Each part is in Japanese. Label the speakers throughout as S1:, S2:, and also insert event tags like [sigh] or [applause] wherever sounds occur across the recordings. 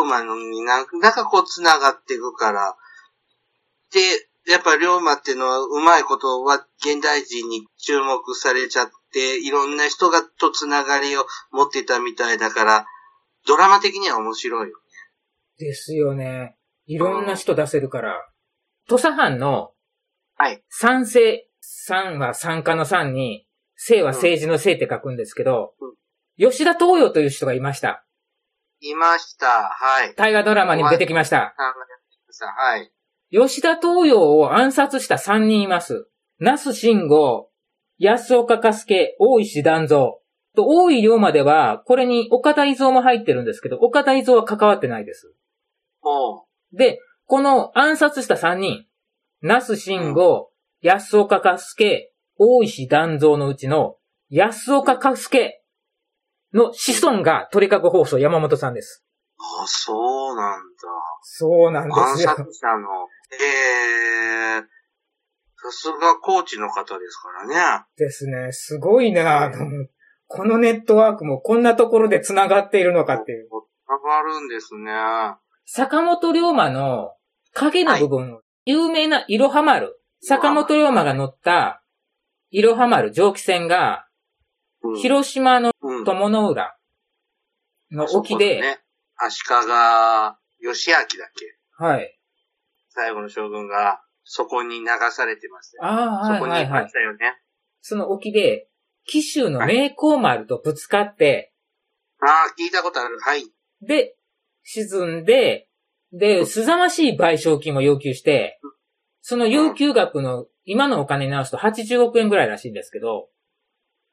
S1: 馬のになんかこう繋がっていくから、で、やっぱ龍馬っていうのはうまいことは現代人に注目されちゃって、いろんな人がと繋がりを持ってたみたいだから、ドラマ的には面白いよ。
S2: ですよね。いろんな人出せるから。土佐藩の、
S1: はい。
S2: 賛成、賛は参加の賛に、政は政治の政って書くんですけど、吉田東洋という人がいました。
S1: いました。はい。
S2: 大河ドラマにも出てきました。
S1: 考えてくださいはい。
S2: 吉田東洋を暗殺した3人います。那須慎吾、安岡かすけ、大石断蔵。と、大井龍馬では、これに岡田伊蔵も入ってるんですけど、岡田伊蔵は関わってないです。
S1: も
S2: で、この暗殺した3人、那須慎吾、安岡かすけ、大石断蔵のうちの、安岡かすけの子孫が鳥かご放送山本さんです。
S1: う、あ、そうなんだ。
S2: そうなん
S1: 暗
S2: ですよ。
S1: 殺者の、えー、さすがコーチの方ですからね。
S2: ですね。すごいなぁと思う。このネットワークもこんなところで繋がっているのかっていう。
S1: 上がるんですね。
S2: 坂本龍馬の影の部分、有名なイロハ丸。坂本龍馬が乗ったイロハ丸蒸気船が、
S1: うん、
S2: 広島の
S1: うん
S2: 友の浦の沖で、
S1: そうすね、足利義明だっけ
S2: はい。
S1: 最後の将軍が、そこに流されてますよ。
S2: ああ、
S1: そ
S2: はい
S1: こに
S2: はいいは
S1: ま
S2: い
S1: し。たよね。
S2: その沖で、紀州の名工丸とぶつかって、
S1: ああ、聞いたことある。はい。
S2: で、沈んで、で、すざましい賠償金を要求して、その要求額の、今のお金に直すと80億円ぐらいらしいんですけど、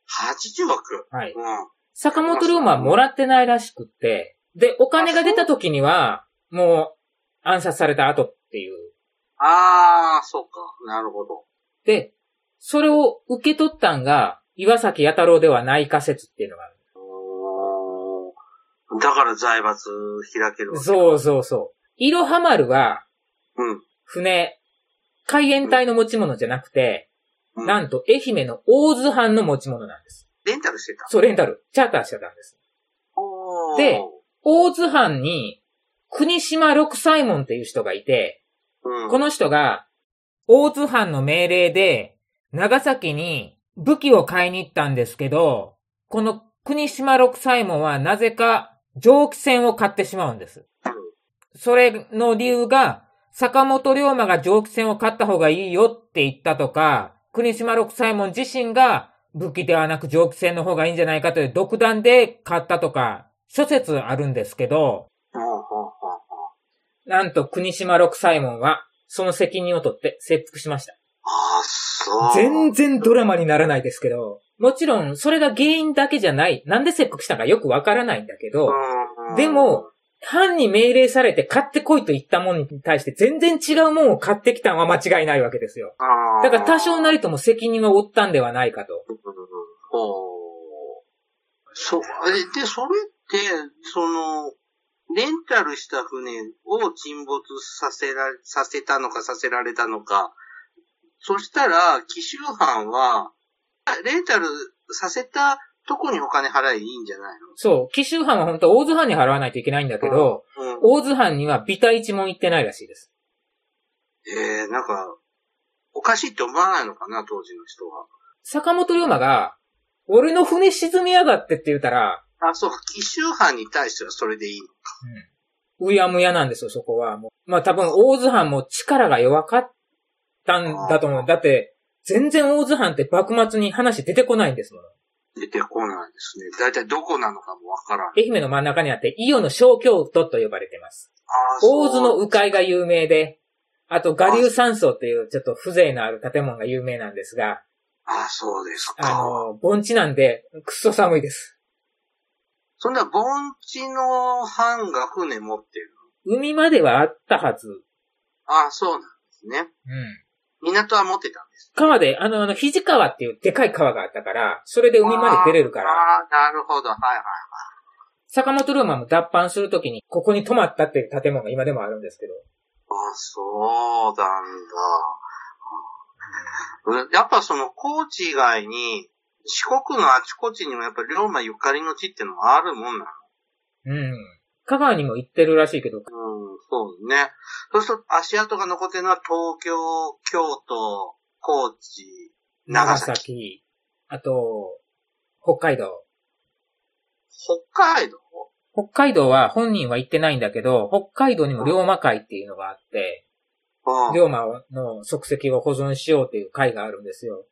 S1: 80億。
S2: はい。
S1: うん。
S2: 坂本龍馬はもらってないらしくって、で、お金が出た時には、もう暗殺された後っていう。
S1: ああ、そうか。なるほど。
S2: で、それを受け取ったんが、岩崎弥太郎ではない仮説っていうのがある。
S1: おーだから財閥開けるわけ。
S2: そうそうそう。いろは丸は、
S1: うん。
S2: 船、海援隊の持ち物じゃなくて、
S1: うん
S2: なんと愛媛の大津藩の持ち物なんです。
S1: レンタルしてた。
S2: そう、レンタル、チャーターしてたんです。
S1: おー
S2: で大津藩に、国島六左衛門っていう人がいて、
S1: うん、
S2: この人が、大津藩の命令で、長崎に武器を買いに行ったんですけど、この国島六左衛門はなぜか蒸気船を買ってしまうんです。それの理由が、坂本龍馬が蒸気船を買った方がいいよって言ったとか、国島六左衛門自身が武器ではなく蒸気船の方がいいんじゃないかという独断で買ったとか、諸説あるんですけど、
S1: ほうほうほうほう
S2: なんと国島六左衛門は、その責任を取って切腹しました。
S1: ああ、そう。
S2: 全然ドラマにならないですけど、もちろんそれが原因だけじゃない、なんで切腹したかよくわからないんだけど、
S1: うん
S2: でも、藩に命令されて買ってこいと言ったものに対して全然違うもんを買ってきたのは間違いないわけですよ。
S1: あー
S2: だから多少なりとも責任は負ったんではないかと。
S1: うんほう。そう、あれ、で、それって、その、レンタルした船を沈没させら、させたのかさせられたのか。そしたら、紀州藩は、あレンタルさせたとこにお金払えばいいんじゃない
S2: そう、紀州藩は本当は大津藩に払わないといけないんだけど、
S1: のうん。
S2: 大津藩にはビタ一文言ってないらしいです。
S1: えー、なんか、おかしいって思わないのかな、当時の人は。
S2: 坂本龍馬が、俺の船沈みやがってって言ったら、
S1: あ、そうか、紀州藩に対してはそれでいいの。
S2: うやむやなんですよ、そこは。もうまあ多分、大津藩も力が弱かったんだと思う。だって、全然大津藩って幕末に話出てこないんですもん。
S1: 出てこないですね。だいたいどこなのかもわからん。
S2: 愛媛の真ん中にあって、伊予の小京都と呼ばれてます。
S1: あー
S2: 大津の
S1: そう
S2: 鵜飼が有名で、あと、我流山荘っていうちょっと風情のある建物が有名なんですが、
S1: あー、そうです
S2: あ
S1: か。
S2: の、盆地なんで、くっそ寒いです。
S1: そんな盆地の藩が船持ってる。
S2: 海まではあったはず。
S1: あー、そうなんですね。
S2: うん。
S1: 港は持ってたんです。
S2: 川で、あの、あの、肘川っていうでかい川があったから、それで海まで出れるから、
S1: あーあー、なるほど。はいはい。
S2: 坂本龍馬も脱藩するときに、ここに泊まったっていう建物が今でもあるんですけど。
S1: あー、そうなんだうん。やっぱその高知以外に、四国のあちこちにもやっぱ龍馬ゆかりの地ってのはあるもんなの
S2: うん。香川にも行ってるらしいけど、
S1: うん、そうね。そうすると足跡が残ってるのは東京、京都、高知、長崎。
S2: 崎あと、北海道。
S1: 北海道
S2: 北海道は本人は行ってないんだけど、北海道にも龍馬会っていうのがあって、
S1: うん。
S2: 龍馬の足跡を保存しようっていう会があるんですよ。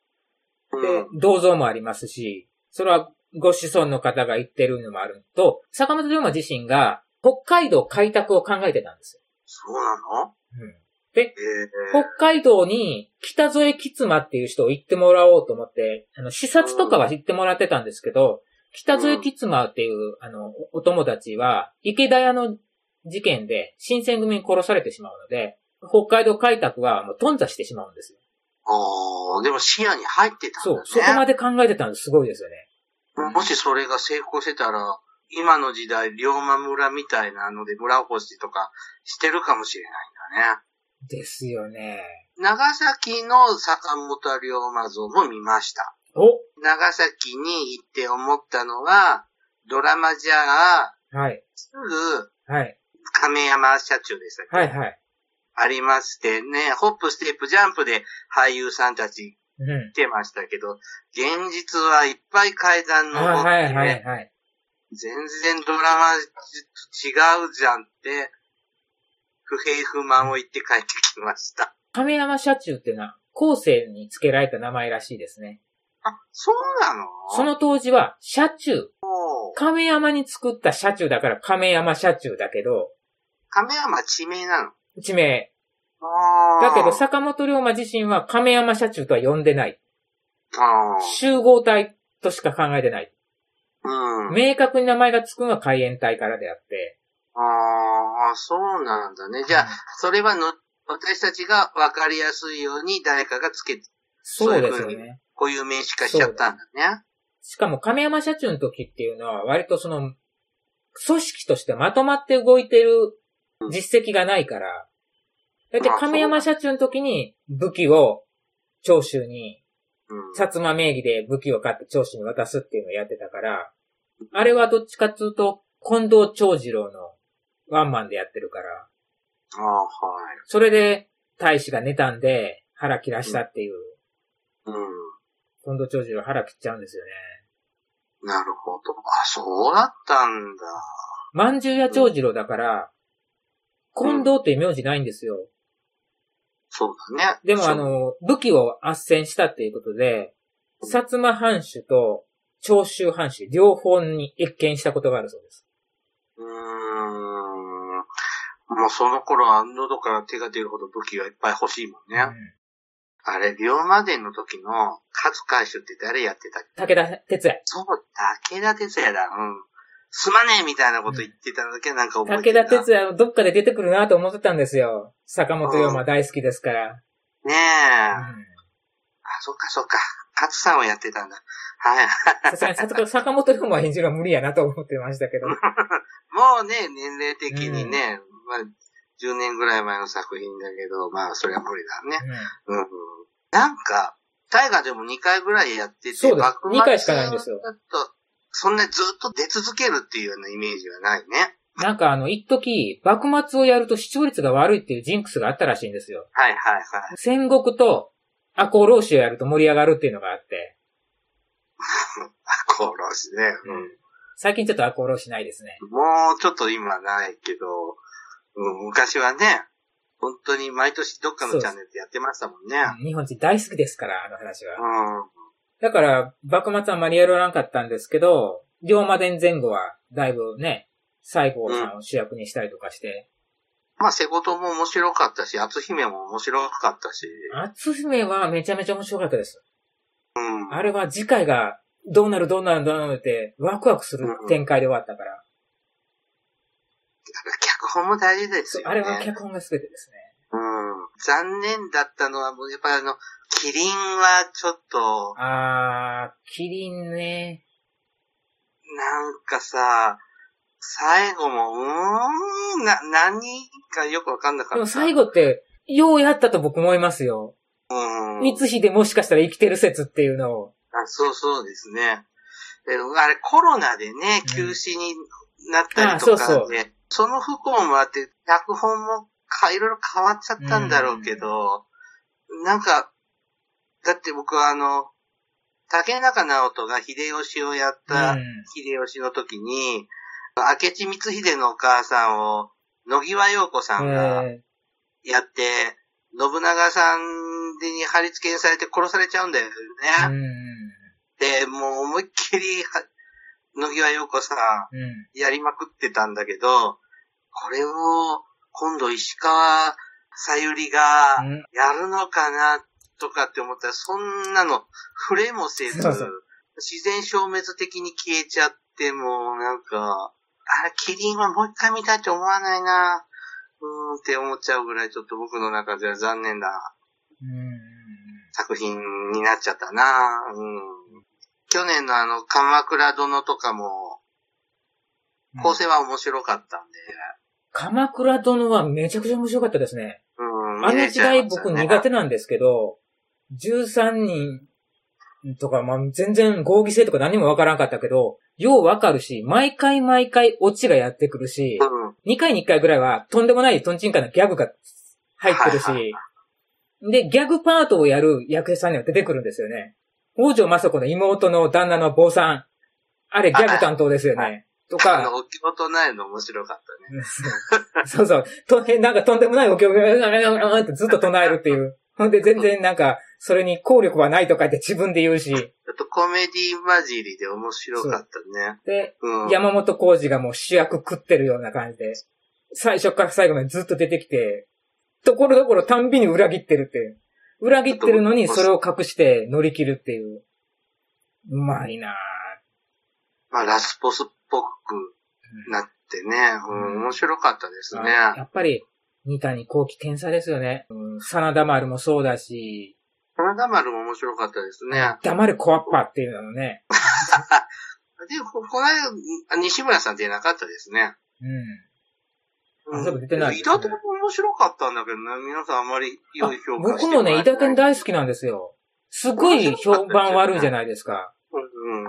S1: う
S2: で
S1: ん、
S2: 銅像もありますし、それはご子孫の方が行ってるのもあると、坂本龍馬自身が北海道開拓を考えてたんですよ。
S1: そうなの
S2: うん
S1: ええ
S2: 北海道に北添吉馬っていう人を行ってもらおうと思って、あの、視察とかは行ってもらってたんですけど、北添吉馬っていう、あの、おお友達は、池田屋の事件で新選組に殺されてしまうので、北海道開拓はもう頓挫してしまうんですよ。
S1: ああ、でも視野に入ってたん
S2: そ
S1: だね。。
S2: うそこまで考えてたのすごいですよね。
S1: もしそれが成功してたら、今の時代、龍馬村みたいなので村おこしとかしてるかもしれないんだね。
S2: ですよね。
S1: 長崎の坂本龍馬像も見ました。
S2: お
S1: 長崎に行って思ったのは、ドラマじゃあ、
S2: はい。
S1: すぐ
S2: はい。
S1: 亀山社長でしたっけ、
S2: はいはい。
S1: ありましてね、ホップ、ステップ、ジャンプで俳優さんたち
S2: うん。
S1: 来てましたけど、現実はいっぱい階段
S2: あ
S1: 登って、ね
S2: はいはいはい。
S1: 全然ドラマち違うじゃんって、不平不満を言って帰ってきました。
S2: 亀山社中っていうのは、後世に付けられた名前らしいですね。
S1: あ、そうなの
S2: その当時は、車中。
S1: おう
S2: 亀山に作った車中だから亀山車中だけど、
S1: 亀山地名なの
S2: 地名。
S1: あー
S2: だけど、坂本龍馬自身は亀山車中とは呼んでない。
S1: あ
S2: 集合体としか考えてない。
S1: ーうん。
S2: 明確に名前がつくのは海援隊からであって。
S1: ああ、そうなんだね。じゃあ、それはの、私たちが分かりやすいように誰かがつけ、
S2: そうです
S1: そういうふ
S2: よね。
S1: こういう名詞化しちゃったんだね。
S2: しかも亀山車中の時っていうのは、割とその、組織としてまとまって動いてる実績がないから、だって亀山車中の時に武器を長州に
S1: うん。
S2: 薩摩名義で武器を買って長州に渡すっていうのをやってたから、あれはどっちかっつうと、近藤長次郎のワンマンでやってるから、
S1: ああ、はい。
S2: それで大使が妬んで腹切らしたっていう、
S1: う
S2: 近藤長次郎腹切っちゃうんですよね。
S1: ん。なるほど。あ、そうだったんだ。
S2: 万十屋長次郎だから、近藤っていう名字ないんですよ。
S1: そうだね。
S2: でも
S1: そう
S2: あ、の、武器を斡旋したっていうことで、薩摩藩主と長州藩主両方に越見したことがあるそうです。
S1: うーん。もうその頃は喉から手が出るほど武器がいっぱい欲しいもんね。
S2: うん
S1: あれ、龍馬伝の時の勝海舟って誰やってたっけ
S2: 武田鉄矢。
S1: そう、武田鉄矢だ。うん。すまねえみたいなこと言ってただけなんか覚えて
S2: 武
S1: るな。
S2: 田鉄矢、どっかで出てくるなと思ってたんですよ。坂本龍馬大好きですから。
S1: ねえ。あ、そっかそっか。勝さんをやってたんだ。はい。
S2: さすがに坂坂本龍馬演じるのは無理やなと思ってましたけど。
S1: もうね、年齢的にね、まあ、10年ぐらい前の作品だけど、まあ、それは無理だね。うん。なんか、大河でも2回ぐらいやってて、
S2: そうです
S1: 幕末
S2: 二回しかないんですよ
S1: だとそんなずっと出続けるっていうようなイメージはないね。
S2: なんかあの、一時、幕末をやると視聴率が悪いっていうジンクスがあったらしいんですよ。
S1: はいはいはい。
S2: 戦国と赤穂浪士をやると盛り上がるっていうのがあって。
S1: あ、殺しね。うん
S2: 最近ちょっと赤穂浪士ないですね。
S1: もうちょっと今ないけど、うん、昔はね、本当に毎年どっかのチャンネルでやってましたもんね。
S2: 日本人大好きですから、あの話は。
S1: うん。
S2: だから、幕末はあまりやらなかったんですけど、龍馬伝前後は、だいぶね、西郷さんを主役にしたりとかして、
S1: まあ、瀬古とも面白かったし、篤姫も面白かったし。
S2: 篤姫はめちゃめちゃ面白かったです。
S1: うん。
S2: あれは次回が、どうなるどうなるどうなるって、ワクワクする展開で終わったから、
S1: 脚本も大事です
S2: そう
S1: よね。
S2: あれは脚本が全てですね。
S1: うん。残念だったのは、もうやっぱりあの、キリンはちょっと、
S2: あー、キリンね。
S1: なんかさ、最後も、うーん、な、何かよくわかんなかった。
S2: でも最後って、ようやったと僕思いますよ。
S1: うん。
S2: 光秀もしかしたら生きてる説っていうのを。
S1: あそうそうですね。えあれ、コロナでね
S2: う、ん
S1: 休止になったりとかで、その不幸もあって、脚本もかいろいろ変わっちゃったんだろうけど、うん、なんか、だって僕はあの、竹中直人が秀吉をやった秀吉の時に、うん、明智光秀のお母さんを、野際陽子さんがやって、信長さんに貼り付けにされて殺されちゃうんだよね。うん、で、もう思いっきり、野際陽子さん、やりまくってたんだけど、うん、これを今度石川さゆりがやるのかなとかって思ったら、そんなの触れもせず、そうそう自然消滅的に消えちゃって、もうなんか、あれ、キリンはもう一回見たいと思わないなうーんって思っちゃうぐらい、ちょっと僕の中では残念な作品になっちゃったなうん去年のあの、鎌倉殿とかも、構成は面白かったんで、うん。
S2: 鎌倉殿はめちゃくちゃ面白かったですね。
S1: うん。
S2: あの時代僕苦手なんですけど、13人とか、まあ、全然合議制とか何もわからんかったけど、ようわかるし、毎回毎回オチがやってくるし、うん、2回に1回ぐらいはとんでもないトンチンカンなギャグが入ってるし、はいはい、で、ギャグパートをやる役者さんには出てくるんですよね。北条政子の妹の旦那の坊さん。あれ、ギャグ担当ですよね。とか。
S1: あの、おきごとないの面白か
S2: ったね。 [laughs] そうそう。と、なんかとんでもないおきごとってずっと唱えるっていう。ほんで全然なんか、それに効力はないとかって自分で言うし。
S1: あとコメディ混じりで面白かったね。
S2: で、うん、山本浩二がもう主役食ってるような感じで、最初から最後までずっと出てきて、ところどころたんびに裏切ってるっていう。裏切ってるのにそれを隠して乗り切るっていう。うまいな
S1: まあ、ラスボスっぽくなってね、うん、うん、面白かったですね。
S2: やっぱり、三谷幸喜天才ですよね。うん、真田丸もそうだし。
S1: 真田丸も面白かったですね。
S2: 黙れコアッパっていうのもね。
S1: で、この間、西村さん出なかったですね。
S2: うん。あ、そうか出てない、
S1: ね。伊達も面白かったんだけどね、皆さんあんまり良い評価
S2: 僕もね、伊達大好きなんですよ。すごい評判悪いじゃないですか。
S1: うん、
S2: う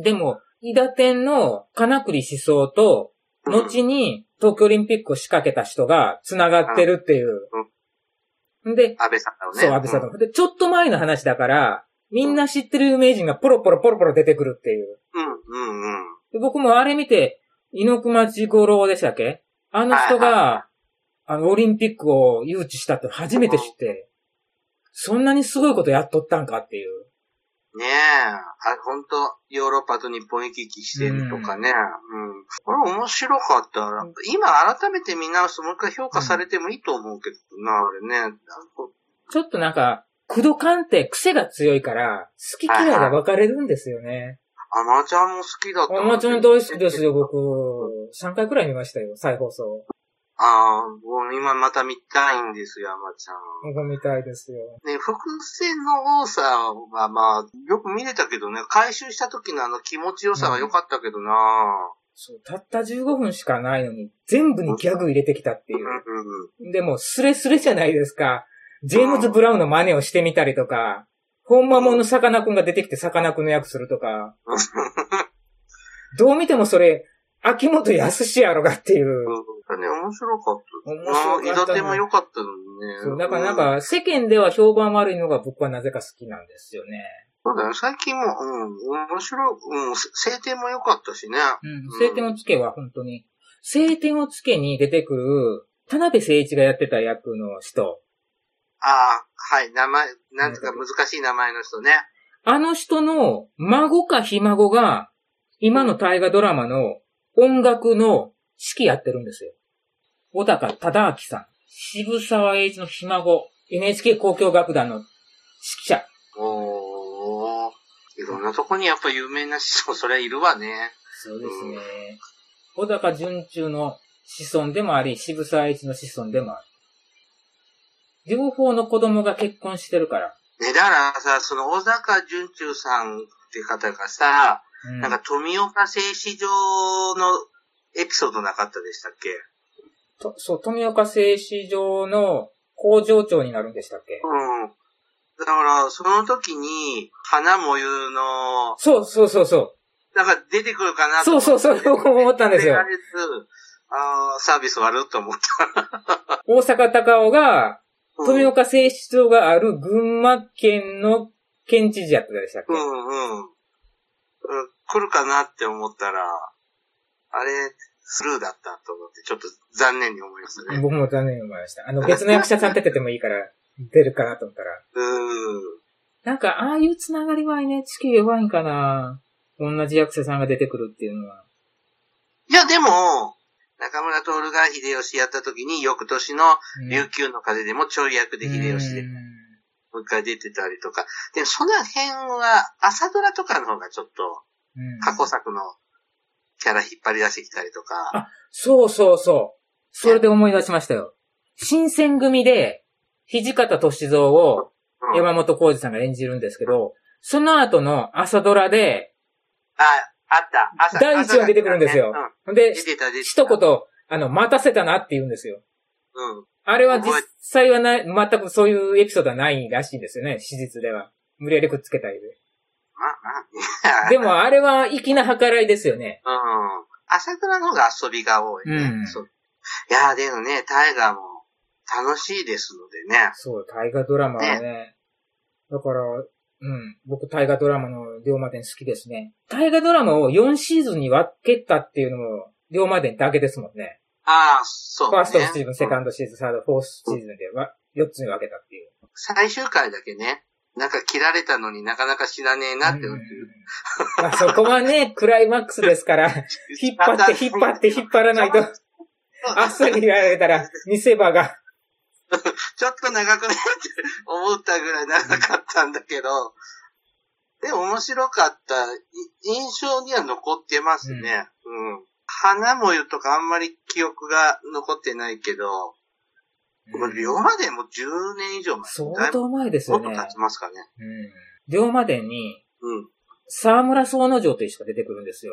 S2: ん、でも、伊達の金栗思想と、後に東京オリンピックを仕掛けた人が繋がってるっていう。、
S1: うん
S2: で、
S1: 安倍さん
S2: ね。そう、安倍さん、うん、で、ちょっと前の話だから、みんな知ってる有名人がポロポロポロポロ出てくるっていう。
S1: うん、うん、うん。
S2: で僕もあれ見て、猪熊治五郎でしたっけあの人が、あの、オリンピックを誘致したって初めて知って、そんなにすごいことやっとったんかっていう。
S1: ねえ。あ、本当ヨーロッパと日本行き来してるとかね。うん。うん、これ面白かった。今改めて見直すともう一回評価されてもいいと思うけどな、あれね。
S2: ちょっとなんか、クドカンって癖が強いから、好き嫌いが分かれるんですよね。
S1: アマちゃんも好きだった。
S2: アマちゃん大好きですよ、僕。3回くらい見ましたよ、再放送。
S1: ああ、もう今また見たいんですよ、山ちゃん。
S2: 僕見たいですよ。
S1: ね、伏線の多さはまあ、よく見れたけどね、回収した時のあの気持ちよさは良かったけどな、うん、
S2: そう、たった15分しかないのに、全部にギャグ入れてきたっていう。うん、でも、スレスレじゃないですか。ジェームズ・ブラウンの真似をしてみたりとか、ほんまもんのさかなクンが出てきてさかなクンの役すると [laughs] か。どう見てもそれ、秋元康やろがっていう。
S1: だね、面白かった。面白かった、ね。伊達も良かったのにね。
S2: そう、だからなんか、うん、世間では評判悪いのが僕はなぜか好きなんですよね。
S1: そうだね、最近も、うん、面白い、うん、晴天も良かったしね。
S2: うん、晴天をつけは本当に。晴天をつけに出てくる、田辺誠一がやってた役の人。
S1: ああ、はい、名前、なんとか難しい名前の人ね。
S2: あの人の孫かひ孫が、今の大河ドラマの音楽の指揮やってるんですよ。小高忠明さん、渋沢栄一のひ孫、NHK 交響楽団の指揮者。
S1: おー、いろんなとこにやっぱ有名な子孫、 [laughs] そりゃいるわね。
S2: そうですね。うん、小高淳中の子孫でもあり、渋沢栄一の子孫でもある。両方の子供が結婚してるから。
S1: ね、だからさ、その小高淳中さんって方がさ、うん、なんか富岡製糸場のエピソードなかったでしたっけ
S2: とそう、富岡製糸場の工場長になるんでしたっけ
S1: うん。だから、その時に、花もゆうの、。
S2: そうそうそうそう
S1: なんか出てくるかなと思
S2: そう
S1: って
S2: そうそう、僕も思ったんですよ
S1: 出ら。れずあーサービス悪っと思った。
S2: 大阪高尾が、富岡製糸場がある群馬県の県知事やったでしたっけ、
S1: うんうん。うん来るかなって思ったら、あれ、スルーだったと思って、ちょっと残念に思いますね。
S2: 僕も残念に思いました。あの、別の役者さん立ててもいいから、出るかなと思ったら。
S1: うん。
S2: なんか、ああいうつながりは NHK 弱いんかな同じ役者さんが出てくるっていうのは。
S1: いや、でも、中村徹が秀吉やった時に、翌年の
S2: うん
S1: 琉球の風でもちょい役で秀吉で
S2: うん
S1: もう一回出てたりとか。でも、その辺は、朝ドラとかの方がちょっと、
S2: うん
S1: 過去作のキャラ引っ張り出してきたりとか。
S2: そうそうそう。それで思い出しましたよ。新選組で、土方歳三を
S1: うん
S2: 山本浩二さんが演じるんですけど、その後の朝ドラで、
S1: あ、あった。朝
S2: 第一話出てくるんですよ
S1: 朝だったねうん
S2: で
S1: 出、てた、出てた。
S2: 一言。、あの、待たせたなって言うんですよ。
S1: うん。
S2: あれは実際はない、全くそういうエピソードはないらしいんですよね、史実では。無理やりくっつけたりで。
S1: まあまあね。
S2: でもあれは粋な計らいですよね。
S1: [laughs] うん。朝ドラの方が遊びが多いね。
S2: うん
S1: そういやー、でもね、大河も楽しいですのでね。
S2: そう、大河ドラマはね。だから、うん、僕大河ドラマの龍馬伝好きですね。大河ドラマを4シーズンに分けたっていうのも、龍馬伝だけですもんね。
S1: ああ、そう、
S2: フ
S1: ね。
S2: ァーストシーズン、セカ
S1: うん
S2: ンドシーズン、サード、フォースシーズンでは4つに分けたっていう。
S1: 最終回だけね、なんか切られたのになかなか死なねえなって
S2: う
S1: 思っ
S2: ん
S1: てる。
S2: まあそこはね、クライマックスですから、引っ張って引っ張って引っ張らないと。あっさりやられたら、見せ場が。
S1: ちょっと長くねって思ったぐらい長かったんだけど、で、面白かった。い印象には残ってますね。うん。花もゆとかあんまり記憶が残ってないけど、これ、龍馬伝も10年以上前。
S2: 相当前です
S1: だ
S2: よ
S1: いぶもっ
S2: ね
S1: と。経ちますかね。
S2: うん。龍馬伝に、
S1: うん。
S2: 沢村総之丞という人が出てくるんですよ。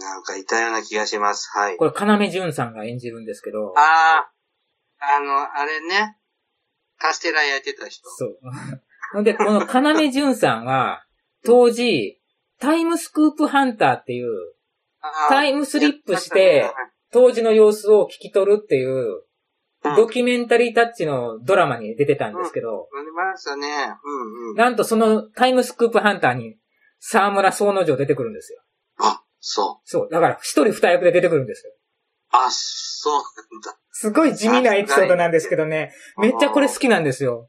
S1: なんかいたような気がします。はい。
S2: これ、要潤さんが演じるんですけど、
S1: ああ、あの、あれね。カステラ焼いてた人。
S2: そう。 [laughs] ほんで、この要潤さんは、当時、タイムスクープハンターっていう、
S1: あー
S2: タイムスリップして、当時の様子を聞き取るっていう、
S1: うん
S2: ドキュメンタリータッチのドラマに出てたんですけど、
S1: ありましたね。うんうん。
S2: なんとそのタイムスクープハンターに、沢村総之丞出てくるんですよ。
S1: あ、そう。
S2: そう。だから、一人二役で出てくるんですよ。
S1: あ、そうなんだ。
S2: すごい地味なエピソードなんですけどね。めっちゃこれ好きなんですよ。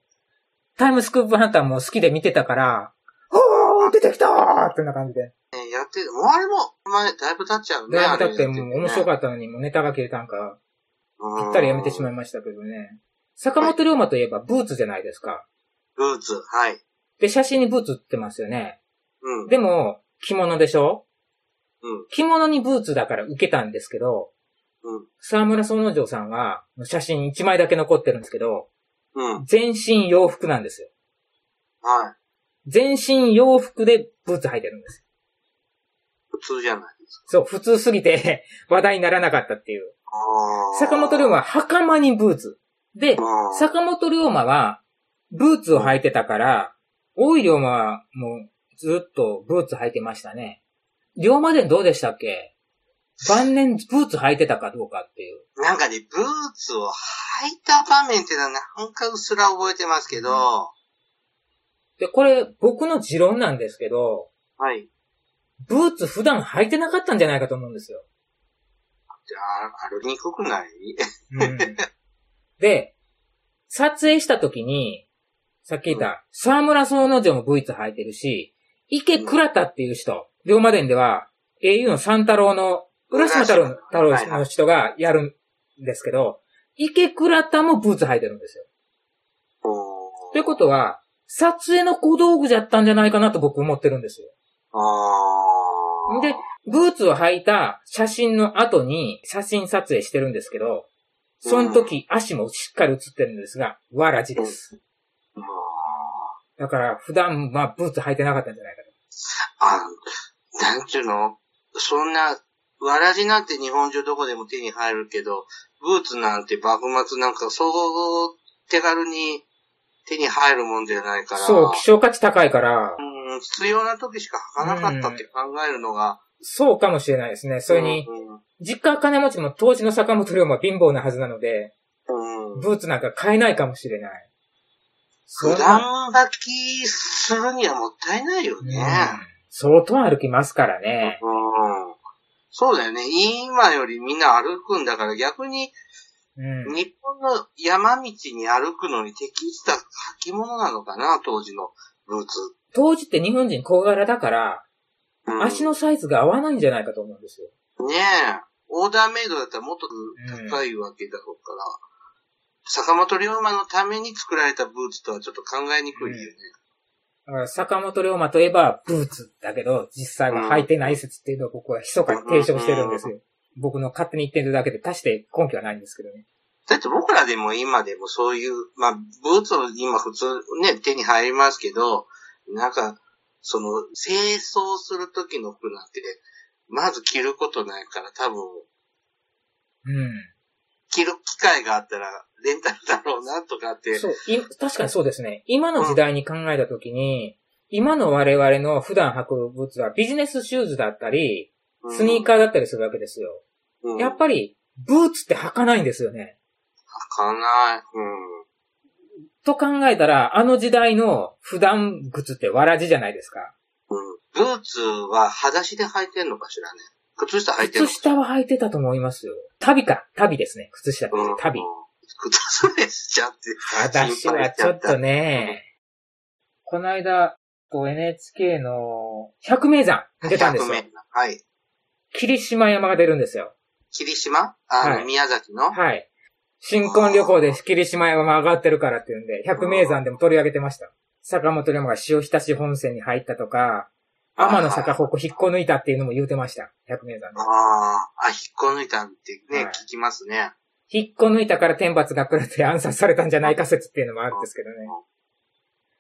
S2: タイムスクープハンターも好きで見てたから、おー出てきたーってな感じで。
S1: ねやってる。もうあれも、前、だいぶ経っちゃうね。
S2: だいぶ経ってもう面白
S1: っ
S2: かったのに、もうネタが消えたんか、
S1: た
S2: ぴったりやめてしま
S1: う
S2: いましたけどね。坂本龍馬といえばブーツじゃないですか。
S1: ん。ブーツ、はい。
S2: で、写真にブーツ売ってますよね。
S1: うん。
S2: でも、着物でしょ
S1: うん。
S2: 着物にブーツだから受けたんですけど、
S1: うん。
S2: 沢村総之丞さんは、写真1枚だけ残ってるんですけど、
S1: うん。
S2: 全身洋服なんですよ。
S1: はい。
S2: 全身洋服でブーツ履いてるんです。
S1: 普通じゃないですか。
S2: そう、普通すぎて [laughs] 話題にならなかったっていう。
S1: あー
S2: 坂本龍馬は袴にブーツ。で、
S1: うん
S2: 坂本龍馬はブーツを履いてたから、大井龍馬はもうずっとブーツ履いてましたね。龍馬伝どうでしたっけ晩年ブーツ履いてたかどうかっていう。
S1: なんかね、ブーツを履いた場面ってのはなんかうっすら覚えてますけど、
S2: で、これ僕の持論なんですけど、
S1: はい。
S2: ブーツ普段履いてなかったんじゃないかと思うんですよ。
S1: じゃあ、歩きにくくない
S2: うんで、撮影した時に、さっき言った、沢村総之丞もブーツ履いてるし、池倉田っていう人、龍馬伝では、au の三太郎の、浦島太郎の太
S1: はい
S2: 郎
S1: は
S2: の人がやるんですけど、池倉田もブーツ履いてるんですよ。
S1: おー
S2: ということは、撮影の小道具じゃったんじゃないかなと僕思ってるんですよ。
S1: あー
S2: で、ブーツを履いた写真の後に写真撮影してるんですけど、その時足もしっかり写ってるんですが、わらじです。
S1: うん
S2: だから、普段、まあ、ブーツ履いてなかったんじゃないか
S1: あの、なんちゅうのそんな、わらじなんて日本中どこでも手に入るけど、ブーツなんて幕末なんかそう手軽に手に入るもんじゃないか
S2: と。
S1: ら。
S2: そう、希少価値高いから、
S1: うん、必要な時しか履かなかったって考えるのが、
S2: そうかもしれないですね。それに、実家は金持ちも当時の坂本龍馬は貧乏なはずなので、
S1: うん。うん。
S2: ブーツなんか買えないかもしれない。そ
S1: 普
S2: んな
S1: 段履きするにはもったいないよ
S2: うん
S1: ね。
S2: 相当歩きますからね。
S1: うん。そうだよね。今よりみんな歩くんだから逆に
S2: うん。
S1: 日本の山道に歩くのに適した履き物なのかな、当時のブーツ。
S2: 当時って日本人小柄だから、
S1: うん
S2: 足のサイズが合わないんじゃないかと思うんですよ。
S1: ねえ。オーダーメイドだったらもっと高いわけだろうから、坂本龍馬のために作られたブーツとはちょっと考えにくいよね。
S2: だから坂本龍馬といえばブーツだけど、実際は履いてない説っていうのを僕は密かに提唱してるんですよ。僕の勝手に言ってるだけで、足して根拠はないんですけどね。
S1: だって僕らでも今でもそういう、まあ、ブーツを今普通ね、手に入りますけど、なんか、その、清掃する時の服なんて、まず着ることないから多分、
S2: うん。
S1: 着る機会があったらレンタルだろうなとかって。
S2: そう、い、確かにそうですね。今の時代に考えたときに、今の我々の普段履くブーツはビジネスシューズだったり、スニーカーだったりするわけですよ。
S1: ー、うん、
S2: やっぱり、ブーツって履かないんですよね。
S1: 履かない。うん。
S2: と考えたら、あの時代の普段靴ってわらじじゃないですか。
S1: うんブーツは裸足で履いてんのかしらね。靴下履いてん
S2: 靴
S1: のか
S2: 下は履いてたと思いますよ。旅か。旅ですね。靴下って
S1: うん。
S2: 旅。
S1: 靴擦れしちゃって。
S2: 私はちょ
S1: [laughs]
S2: っとね、この間、こう NHK の100名山出たんですよ。
S1: 100名はい。
S2: 霧島山が出るんですよ。
S1: 霧島あの、
S2: はい
S1: 宮崎の
S2: はい。新婚旅行で霧島山が上がってるからっていうんで、百名山でも取り上げてました。坂本龍馬が潮浸し本線に入ったとか、天の坂方向引っこ抜いたっていうのも言うてました。百名山で
S1: あ。あ、あ、引っこ抜いたんってね、
S2: はい
S1: 聞きますね。
S2: 引っこ抜いたから天罰が来るって暗殺されたんじゃないか説っていうのもあるんですけどね。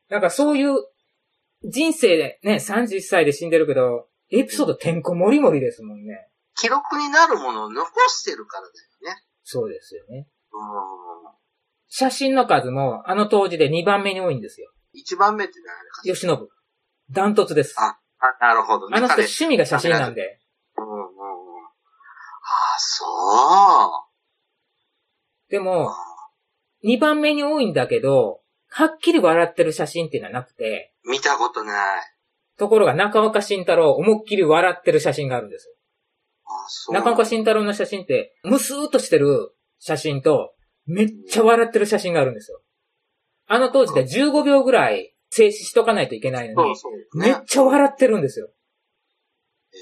S2: なんかそういう、人生でね、31歳で死んでるけど、エピソードてんこ盛り盛りですもんね。
S1: 記録になるものを残してるからだよね。
S2: そうですよね。
S1: うん。
S2: 写真の数もあの当時で2番目に多いんですよ。
S1: 一番目って誰か
S2: 吉信。ダントツです。
S1: あ、なるほどね。
S2: あの人
S1: 彼
S2: 趣味が写真なんで。
S1: うんうんうん。あ、そ
S2: で
S1: う
S2: も、。2番目に多いんだけど、はっきり笑ってる写真っていうのはなくて、
S1: 見たことない。
S2: ところが中岡慎太郎、思いっきり笑ってる写真があるんです。
S1: あ、そう。
S2: 中岡慎太郎の写真って、ムスーっとしてる写真と、めっちゃ笑ってる写真があるんですよ。あの当時で15秒ぐらい静止しとかないといけないの
S1: そ
S2: に
S1: う、そう、
S2: め
S1: ね。
S2: っちゃ笑ってるんですよ。
S1: え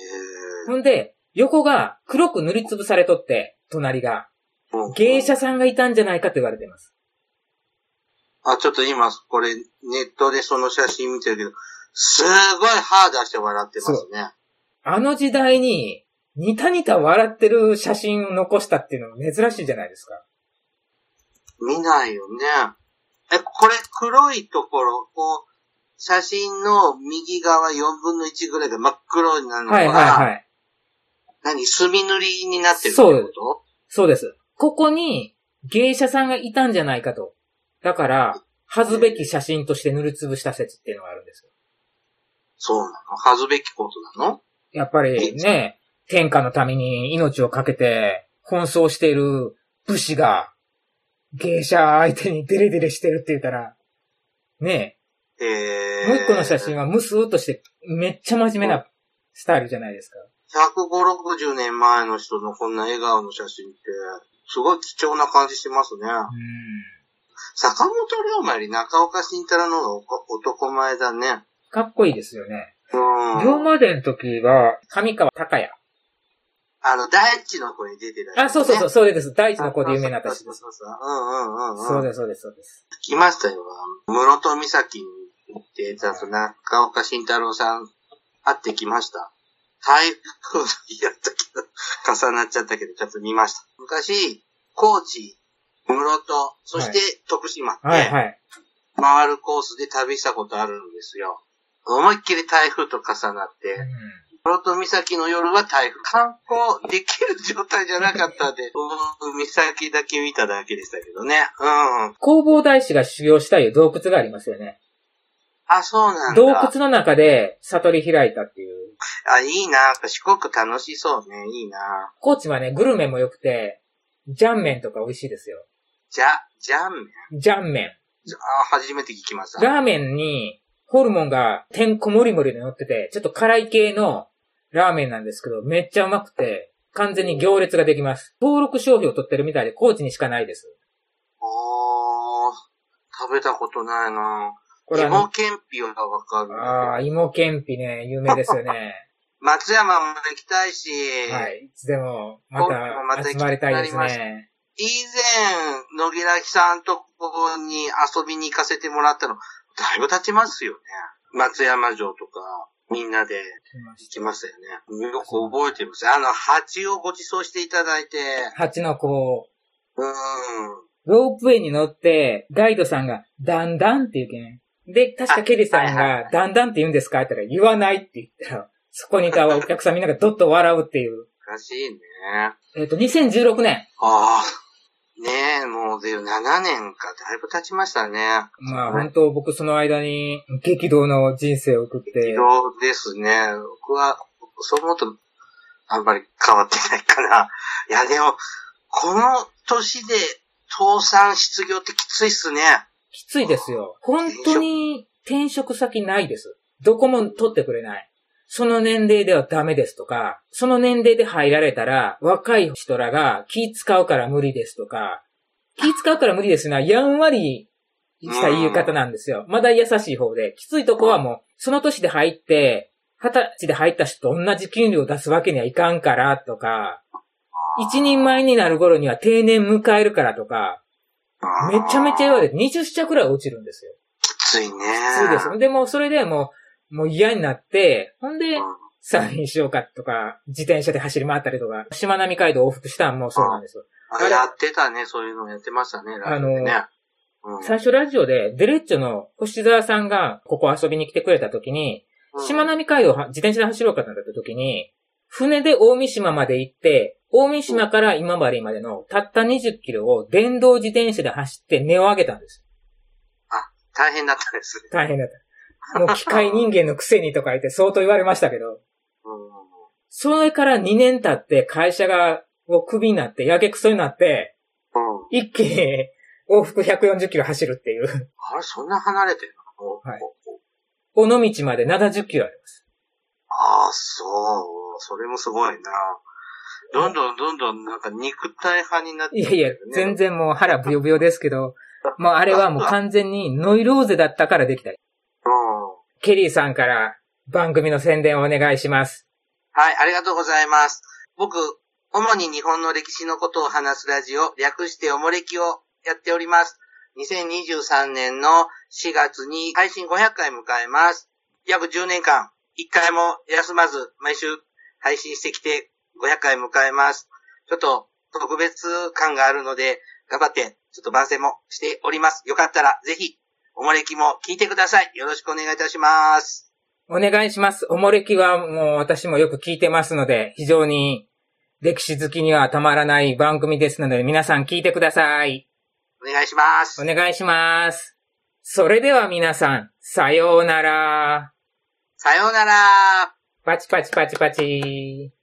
S2: ほんで、横が黒く塗りつぶされとって、隣が、
S1: ー
S2: 芸者さんがいたんじゃないかと言われてます。
S1: あ、ちょっと今、これ、ネットでその写真見てるけど、すごい歯出して笑ってますね。
S2: あの時代に、ニタニタ笑ってる写真を残したっていうのも珍しいじゃないですか。
S1: 見ないよね。え、これ、黒いところを、写真の右側4分の1ぐらいが真っ黒になるのが、
S2: はいはいはい。
S1: 何、墨塗りになってるってこと
S2: そうです。ここに芸者さんがいたんじゃないかと。だから、恥ずべき写真として塗りつぶした説っていうのがあるんですよ。
S1: そうなの恥ずべきことなの
S2: やっぱりね、天下のために命を懸けて奔走している武士が芸者相手にデレデレしてるって言ったら、ね
S1: えー、
S2: もう一個の写真
S1: は
S2: はムスーっとしてめっちゃ真面目なスタイルじゃないですか。
S1: 150、60年前の人のこんな笑顔の写真って、すごい貴重な感じしてますね。
S2: うん
S1: 坂本龍馬より中岡慎太郎の方が男前だね。
S2: かっこいいですよね。
S1: うん。
S2: 龍馬伝の時は、上川隆也。
S1: あの、大地の子に出てた、
S2: あ、そうそうそう、
S1: う。
S2: それです。第一の子で有名な私
S1: そ
S2: で
S1: う
S2: す。
S1: そうそう。うんうんうん、うん。
S2: そうです、そうです、そうです。
S1: 来ましたよ。室戸岬に行って、たと中岡慎太郎さん、会ってきました。台風の日やったけど、重なっちゃったけど、ちょっと見ました。昔、高知、室戸、そして徳島って、
S2: はい、はい。
S1: 回るコースで旅したことあるんですよ。思いっきり台風と重なって、室戸岬の夜は台風。観光できる状態じゃなかった
S2: [laughs]
S1: んで、うん岬だけ見ただけでしたけどね。うん。
S2: 工房大師が修行したいう洞窟がありますよね。
S1: あ、そうなんだ。
S2: 洞窟の中で悟り開いたっていう
S1: あ、いいな。やっぱ四国楽しそうね。いいな。
S2: 高知はね、グルメも良くて、ジャンメンとか美味しいですよ。
S1: じゃ、じゃんめん。
S2: ジャンメン。
S1: あ、初めて聞きました。
S2: ラーメンに、ホルモンがてんこもりもりで乗ってて、ちょっと辛い系のラーメンなんですけど、めっちゃうまくて、完全に行列ができます。登録商標を取ってるみたいで、高知にしかないです。
S1: あー、食べたことないな。
S2: これは
S1: 芋
S2: ね、
S1: けんぴはわかる。
S2: ああ、芋けんぴね、有名ですよね。
S1: 松山も行きたいし、
S2: はい。いつでも、ま
S1: ま
S2: た
S1: た
S2: 集まりたいです
S1: 行きたくな
S2: ね。
S1: 以前、野木らきさんとこに遊びに行かせてもらったの、だいぶ経ちますよね。松山城とか、みんなで行きましたよね。よく覚えてます。あの、蜂をご馳走していただいて、
S2: 蜂の子を、
S1: うーん。
S2: ロープウェイに乗って、ガイドさんが、だんだんって言うけん。で、確かケリーさん
S1: あはいはい
S2: が、だんだんって言うんですかって言ったら、言わないって言ったら、そこにいたお客さんみんながどっと笑うっていう。
S1: らしいね。
S2: えっ、と、2016年。
S1: ああ。ねえ、もうで7年か、だいぶ経ちましたね。
S2: まあ、本当僕その間に、激動の人生を送って、
S1: 色ですね。僕は、そう思うと、あんまり変わってないかな。いや、でも、この年で、倒産失業ってきついっすね。
S2: きついですよ。本当に転職先ないです。どこも取ってくれない。その年齢ではダメですとか、その年齢で入られたら、若い人らが気使うから無理ですとか、気使うから無理ですのはやんわりした言い方なんですよ。まだ優しい方で、きついとこはもう、その年で入って、二十歳で入った人と同じ給料を出すわけにはいかんからとか、一人前になる頃には定年迎えるからとか、めちゃめちゃ言われて20社くらい落ちるんですよ。
S1: きついね。
S2: そうですよ。で、もうそれでもう、もう嫌になって、ほんで
S1: うん、
S2: サーフィンしようかとか、自転車で走り回ったりとか、しまなみ海道往復したんもそうなんですよ。
S1: あれやってたね、そういうのやってましたね、ラジオでね。うん
S2: 最初ラジオで、デレッチョの星沢さんがここ遊びに来てくれた時に、しまなみ海道をは自転車で走ろうかとなった時に、船で大三島まで行って、大三島から今治までのたった20キロを電動自転車で走って値を上げたんです。
S1: 大変だったですね。
S2: 大変だった。もう機械人間のくせにとか言って相当言われましたけど、
S1: うん
S2: それから2年経って会社が、をクビになって、やけくそになって、
S1: うん
S2: 一気に往復140キロ走るっていう。
S1: あれ、そんな離れてるの
S2: はい尾道まで70キロあります。
S1: ああ、そう。それもすごいな。どんどんどんどんなんか肉体派になって
S2: い
S1: る
S2: やいや
S1: ね、
S2: 全然もう腹ブヨブヨですけど、もうあれはもう完全にノイローゼだったからできた。
S1: うん。
S2: ケリーさんから番組の宣伝をお願いします。
S1: はい、ありがとうございます。僕、主に日本の歴史のことを話すラジオ、略しておもれきをやっております。2023年の4月に配信500回迎えます。約10年間、1回も休まず、毎週配信してきて500回迎えます。ちょっと特別感があるので、頑張って、ちょっと番宣もしております。よかったら、ぜひ、おもれきも聞いてください。よろしくお願いいたします。
S2: お願いします。おもれきはもう私もよく聞いてますので、非常に歴史好きにはたまらない番組ですので、皆さん聞いてください。
S1: お願いします
S2: お。願いします。それでは皆さん、さようなら。
S1: さようなら。
S2: パチパチパチパチ。